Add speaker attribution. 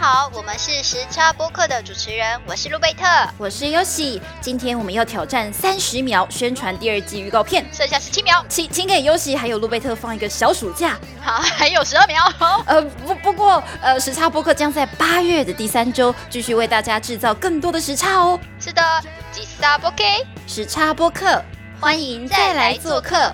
Speaker 1: 好，我们是时差播客的主持人，我是路贝特。
Speaker 2: 我是优喜，今天我们要挑战三十秒宣传第二季预告片，
Speaker 1: 剩下十七秒，
Speaker 2: 请请给优喜还有路贝特放一个小暑假。
Speaker 1: 好，还有十二秒。哦
Speaker 2: 呃，不不过呃，时差播客将在八月的第三周继续为大家制造更多的时差哦。
Speaker 1: 是的，吉萨播 K，
Speaker 2: 时差播客，欢迎再来做客。